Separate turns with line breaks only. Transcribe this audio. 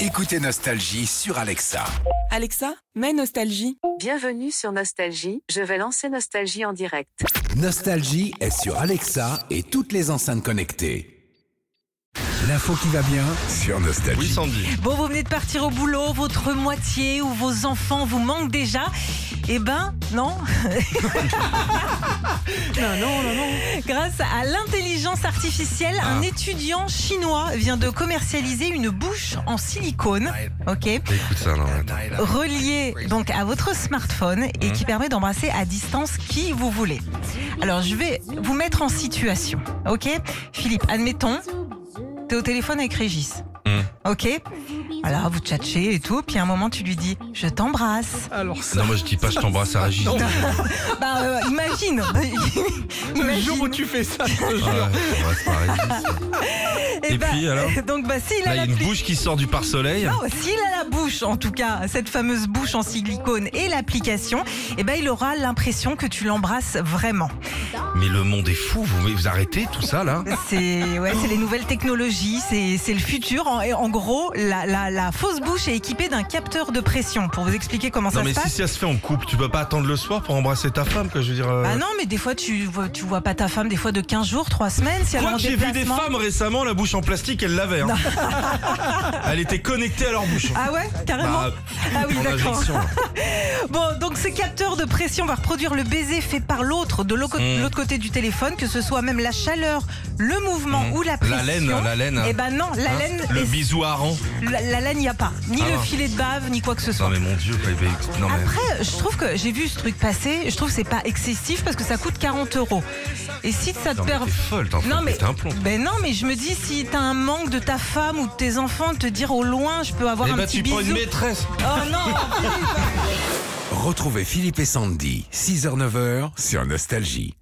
Écoutez Nostalgie sur Alexa.
Alexa, mets Nostalgie.
Bienvenue sur Nostalgie, je vais lancer Nostalgie en direct.
Nostalgie est sur Alexa et toutes les enceintes connectées. L'info qui va bien sur Nostalgie.
Oui, Sandy.
Bon, vous venez de partir au boulot, votre moitié ou vos enfants vous manquent déjà. Eh ben, non.
Non, non, non, non. Ah.
Grâce à l'intelligence artificielle, un étudiant chinois vient de commercialiser une bouche en silicone, ok,
Écoute ça, non. attends.
reliée donc à votre smartphone et
Hein
qui permet d'embrasser à distance qui vous voulez. Alors, je vais vous mettre en situation, ok Philippe, admettons, t'es au téléphone avec Régis,
Mhm.
ok Alors, vous tchatchez et tout, puis à un moment, tu lui dis « je t'embrasse ».
Alors Non, moi je dis pas, je t'embrasse à Régis.
Bah euh, imagine.
Le jour où
imagine.
tu fais ça, je te
Ah
jure.
ouais, je t'embrasse pas à Régis.
Eh
Et
bah,
puis, alors
Donc bah s'il
Là,
a
il y a
la
une bouche qui sort du pare-soleil.
non, s'il a la bouche, en tout cas, cette fameuse bouche en silicone et l'application, eh ben, il aura l'impression que tu l'embrasses vraiment.
Mais le monde est fou, vous, vous arrêtez tout ça là
C'est, ouais, c'est les nouvelles technologies, c'est, c'est le futur. En, et en gros, la, la, la fausse bouche est équipée d'un capteur de pression. Pour vous expliquer comment
Non,
ça
mais
se
si
passe.
ça se fait en couple, tu peux pas attendre le soir pour embrasser ta femme, que je veux dire. euh,
Ah non, mais des fois, tu vois, tu vois pas ta femme, des fois de 15 jours, 3 semaines, si elle est
Quoi
en
que j'ai vu des
déplacement.
femmes récemment, la bouche en plastique, elles l'avaient. hein. Elle était connectée à leur bouche.
Ah ouais, carrément.
Bah,
ah oui,
en
d'accord.
injection, là. hein.
Bon, donc ce capteur de pression va reproduire le baiser fait par l'autre de l'autre
Mm.
l'autre côté du téléphone, que ce soit même la chaleur, le mouvement ou la pression.
Hmm. La laine, la laine.
Eh ben non, la
Hein
laine,
le
est-
bisou hareng.
la, la laine, il n'y a pas. Ni
Ah
le
non.
filet de bave, ni quoi que ce soit.
Non, mais mon dieu, quoi, il va- non, mais-
Après, je trouve que j'ai vu ce truc passer, je trouve que c'est pas excessif parce que ça coûte 40 euros. Et si ça te
Non, mais
perd.
t'es folle, t'es en train
Non
de
mais,
péter un plomb.
ben non mais je me dis si t'as un manque de ta femme ou de tes enfants de te dire au loin je peux avoir
Eh
un
bah,
petit
tu prends une
bisou.
maîtresse.
Oh non
Retrouvez Philippe et Sandy, 6h-9h sur Nostalgie.